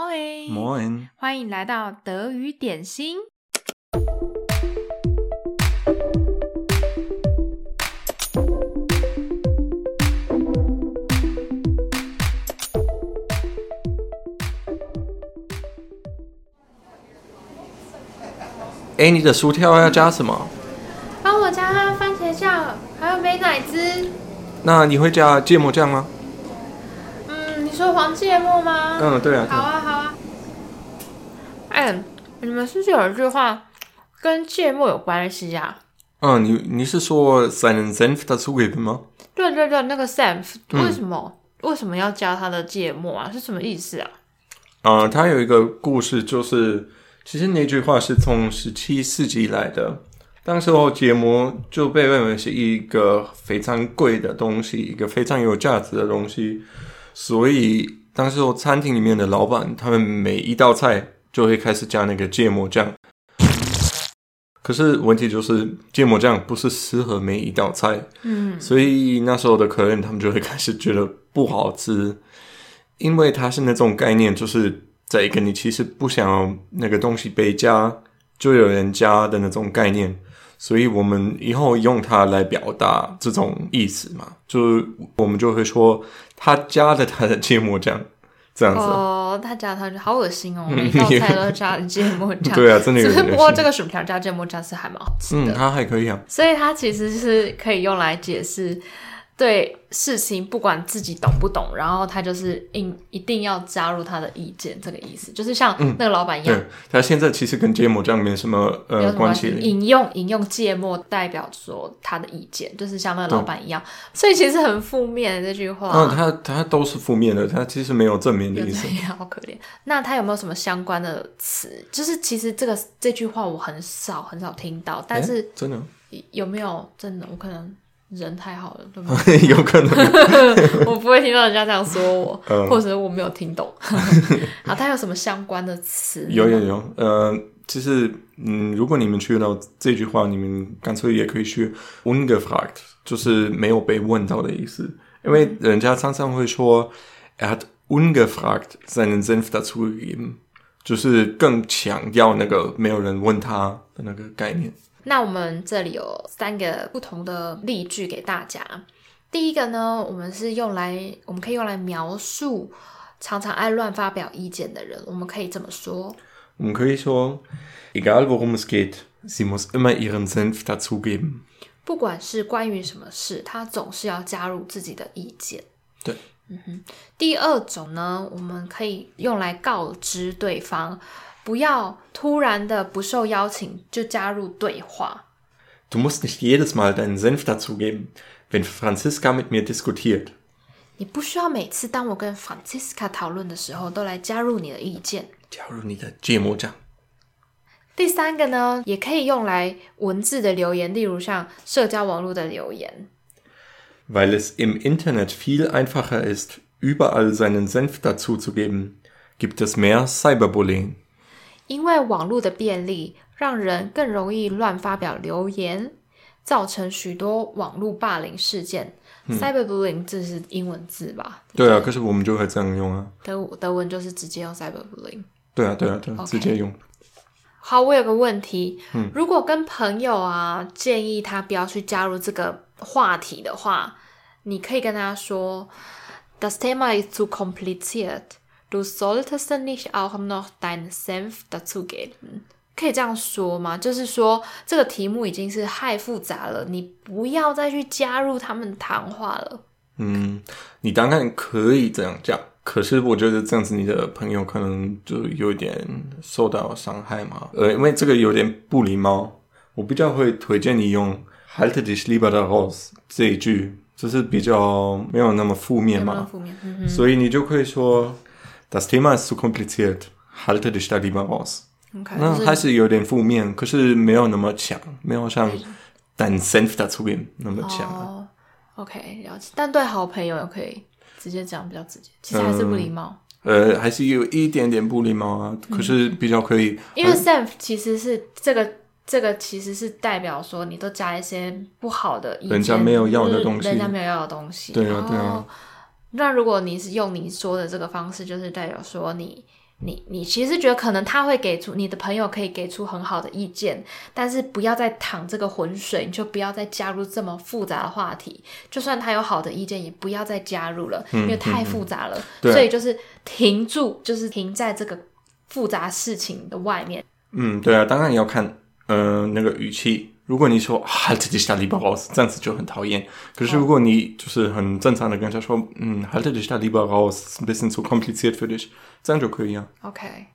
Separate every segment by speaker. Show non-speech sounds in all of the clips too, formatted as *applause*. Speaker 1: Morning，
Speaker 2: Moin，
Speaker 1: 欢迎来到德语点心。
Speaker 2: 哎，你的薯条要加什么？
Speaker 1: 帮我加番茄酱，还有美乃滋。
Speaker 2: 那你会加芥末酱吗？
Speaker 1: 嗯，你说黄芥末吗？
Speaker 2: 嗯，对啊，对
Speaker 1: 好
Speaker 2: 啊
Speaker 1: 啊，好啊。哎，你们是不是有一句话跟芥末有关系啊呀、
Speaker 2: 嗯，你你是说 seinen Senf dazugeben 吗？
Speaker 1: 对对对，那个 Sam
Speaker 2: 嗯
Speaker 1: 为什么、为什么要加他的芥末啊？是什么意思啊？
Speaker 2: 嗯，它有一个故事，就是其实那句话是从十七世纪来的。当时候芥末就被认为是一个非常贵的东西，一个非常有价值的东西，所以当时候餐厅里面的老板，他们每一道菜就会开始加那个芥末酱。可是问题就是芥末酱不是适合每一道菜，
Speaker 1: 嗯，
Speaker 2: 所以那时候的客人他们就会开始觉得不好吃，因为它是那种概念，就是在一个你其实不想要那个东西被加，就有人加的那种概念。所以我们以后用它来表达这种意思嘛，就是我们就会说他加了他的芥末酱，这样子。
Speaker 1: 哦，他加他就好恶心
Speaker 2: *laughs*
Speaker 1: 哦，每一道菜都加芥末酱。
Speaker 2: 对啊，真的
Speaker 1: *laughs*
Speaker 2: 有
Speaker 1: 只是
Speaker 2: 点恶心。
Speaker 1: 不过这个薯条加芥末酱是还蛮好吃的。
Speaker 2: 嗯，它还可以啊。
Speaker 1: 所以它其实是可以用来解释对事情，不管自己懂不懂，然后他就是硬一定要加入他的意见，这个意思就是像
Speaker 2: 嗯
Speaker 1: 那个老板一样，
Speaker 2: 对，它现在其实跟芥末酱没什么
Speaker 1: 哎没有
Speaker 2: 呃
Speaker 1: 什么关
Speaker 2: 系
Speaker 1: 系
Speaker 2: 的。
Speaker 1: 引用引用芥末代表说他的意见，就是像那个老板一样，所以其实很负面的这句话。
Speaker 2: 嗯，它它都是负面的，它其实没有正面的意思。
Speaker 1: 也好可怜。那他有没有什么相关的词？就是其实这个这句话我很少很少听到，但
Speaker 2: 诶
Speaker 1: 是
Speaker 2: 真的
Speaker 1: 有没有真的？我可能人太好了，对吗？
Speaker 2: *laughs* 有可能，
Speaker 1: *laughs* 我不会听到人家这样说我，
Speaker 2: *laughs* 嗯
Speaker 1: 或者是我没有听懂。 *laughs* 好，它有什么相关的词？
Speaker 2: 有有有，呃，其实嗯，如果你们学到这句话，你们干脆也可以学 ungefragt，就是没有被问到的意思，因为人家常常会说 er hat ungefragt seinen Senf dazugegeben，就是更强调那个没有人问他的那个概念。
Speaker 1: 那我们这里有三个不同的例句给大家。第一个呢，我们是用来，我们可以用来描述常常爱乱发表意见的人，我们可以这么说。
Speaker 2: 我们可以说，egal worum es geht，sie muss immer ihren Senf dazugeben。
Speaker 1: 不管是关于什么事，他总是要加入自己的意见。
Speaker 2: 对，
Speaker 1: 嗯哼。第二种呢，我们可以用来告知对方，不要突然的不受邀请就加入对话。
Speaker 2: Du musst nicht jedes Mal deinen Senf dazugeben, wenn Franziska mit mir diskutiert.
Speaker 1: 你不需要每次当我跟 Francisca 讨论的时候都来加入你的意见。
Speaker 2: 假如你的芥末酱，
Speaker 1: 第三个呢，也可以用来文字的留言，例如像社交网络的留言。
Speaker 2: weil es im Internet viel einfacher ist, überall seinen Senf dazuzugeben, gibt es mehr Cyberbullying.
Speaker 1: 因为网络的便利，让人更容易乱发表留言，造成许多网络霸凌事件。cyberbullying 这是英文字吧？
Speaker 2: 对啊，可是我们就会这样用啊。
Speaker 1: 德德文就是直接用 cyberbullying。
Speaker 2: 对啊，对啊，对啊
Speaker 1: Okay
Speaker 2: 直接用。
Speaker 1: 好，我有个问题，
Speaker 2: 嗯
Speaker 1: 如果跟朋友啊建议他不要去加入这个话题的话，你可以跟他说，Das Thema ist zu kompliziert. Du solltest nicht auch noch deinen Senf dazugeben. 可以这样说吗？就是说这个题目已经是太复杂了，你不要再去加入他们谈话了。
Speaker 2: 嗯，你当然可以这样讲，可是我觉得这样子，你的朋友可能就有点受到伤害嘛。呃，因为这个有点不礼貌，我比较会推荐你用 “halte dich lieber daraus” 这一句，就是比较没有那么负面
Speaker 1: 有没有
Speaker 2: 嘛。
Speaker 1: 负面？嗯
Speaker 2: 所以你就可以说，“Das Thema ist zu kompliziert, halte dich da lieber raus”。
Speaker 1: 嗯，OK，
Speaker 2: 那
Speaker 1: 就是
Speaker 2: 还是有点负面，可是没有那么强，没有像 “dein Senf dazugeben” 那么强啊。
Speaker 1: 哦，OK，了解。但对好朋友也可以直接讲，比较直接，其实还是不礼貌。
Speaker 2: 呃，还是有一点点不礼貌啊，
Speaker 1: 嗯
Speaker 2: 可是比较可以，
Speaker 1: 因为 self 其实是这个这个其实是代表说你都加一些不好的意见，嗯
Speaker 2: 人家没有要的东西
Speaker 1: 人家没有要的东西。哦
Speaker 2: 对啊
Speaker 1: 然后
Speaker 2: 对啊。
Speaker 1: 那如果你是用你说的这个方式，就是代表说你你你其实觉得可能他会给出你的朋友可以给出很好的意见，但是不要再淌这个浑水，你就不要再加入这么复杂的话题。就算他有好的意见，也不要再加入了，因为太复杂了。
Speaker 2: 嗯对啊
Speaker 1: 所以就是停住，就是停在这个复杂事情的外面。
Speaker 2: 嗯，对啊，当然要看，呃，那个语气。如果你说 *laughs* 啊，这里是大礼包，这样子就很讨厌。可
Speaker 1: 哦
Speaker 2: 是如果你就是很正常的跟他说，嗯，halte dich da lieber raus, ist ein bisschen zu kompliziert für dich，这样就可以啊。
Speaker 1: OK，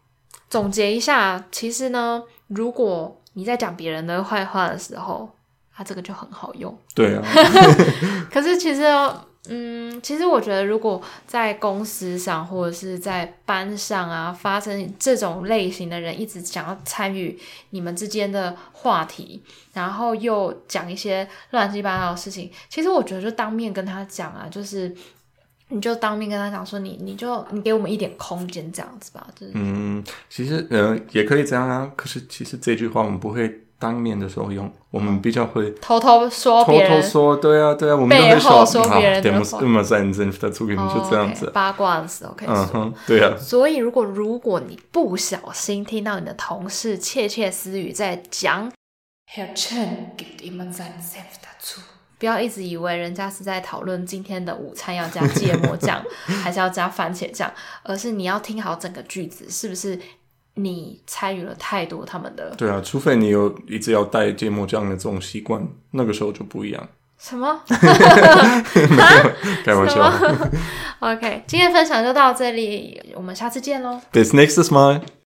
Speaker 1: 总结一下，其实呢，如果你在讲别人的坏话的时候，它这个就很好用。
Speaker 2: 对啊，
Speaker 1: 可是其实哦，嗯，其实我觉得，如果在公司上或者是在班上啊，发生这种类型的人一直想要参与你们之间的话题，然后又讲一些乱七八糟的事情，其实我觉得就当面跟他讲啊，就是。你就当面跟他讲说你，你就你给我们一点空间这样子吧，就是
Speaker 2: *laughs* 嗯，其实呃也可以这样啊。可是其实这句话我们不会当面的时候用，我们比较会
Speaker 1: 偷偷说
Speaker 2: 偷
Speaker 1: 哦别
Speaker 2: 偷
Speaker 1: 人
Speaker 2: 说，对啊，对啊，我们都会
Speaker 1: 背后
Speaker 2: 说
Speaker 1: 说别人
Speaker 2: 啊，der
Speaker 1: 的
Speaker 2: muss
Speaker 1: 话
Speaker 2: immer seinen Senf dazugeben，
Speaker 1: 哦
Speaker 2: 嗯就这样
Speaker 1: OK，
Speaker 2: 子。
Speaker 1: 八卦的时候可以说。
Speaker 2: 嗯哼，对啊，
Speaker 1: 所以，如果如果你不小心听到你的同事窃窃私语在讲 Herr Chen gibt immer seinen Senf dazu，不要一直以为人家是在讨论今天的午餐要加芥末 *laughs* 酱还是要加番茄酱，而是你要听好整个句子，是不是你参与了太多他们的
Speaker 2: 对啊，除非你有一直要带芥末酱的这种习惯，那个时候就不一样。
Speaker 1: 什么？
Speaker 2: 开玩
Speaker 1: 什
Speaker 2: 笑。
Speaker 1: *laughs* 么？OK，今天分享就到这里，我们下次见喽。
Speaker 2: Bis nächstes Mal.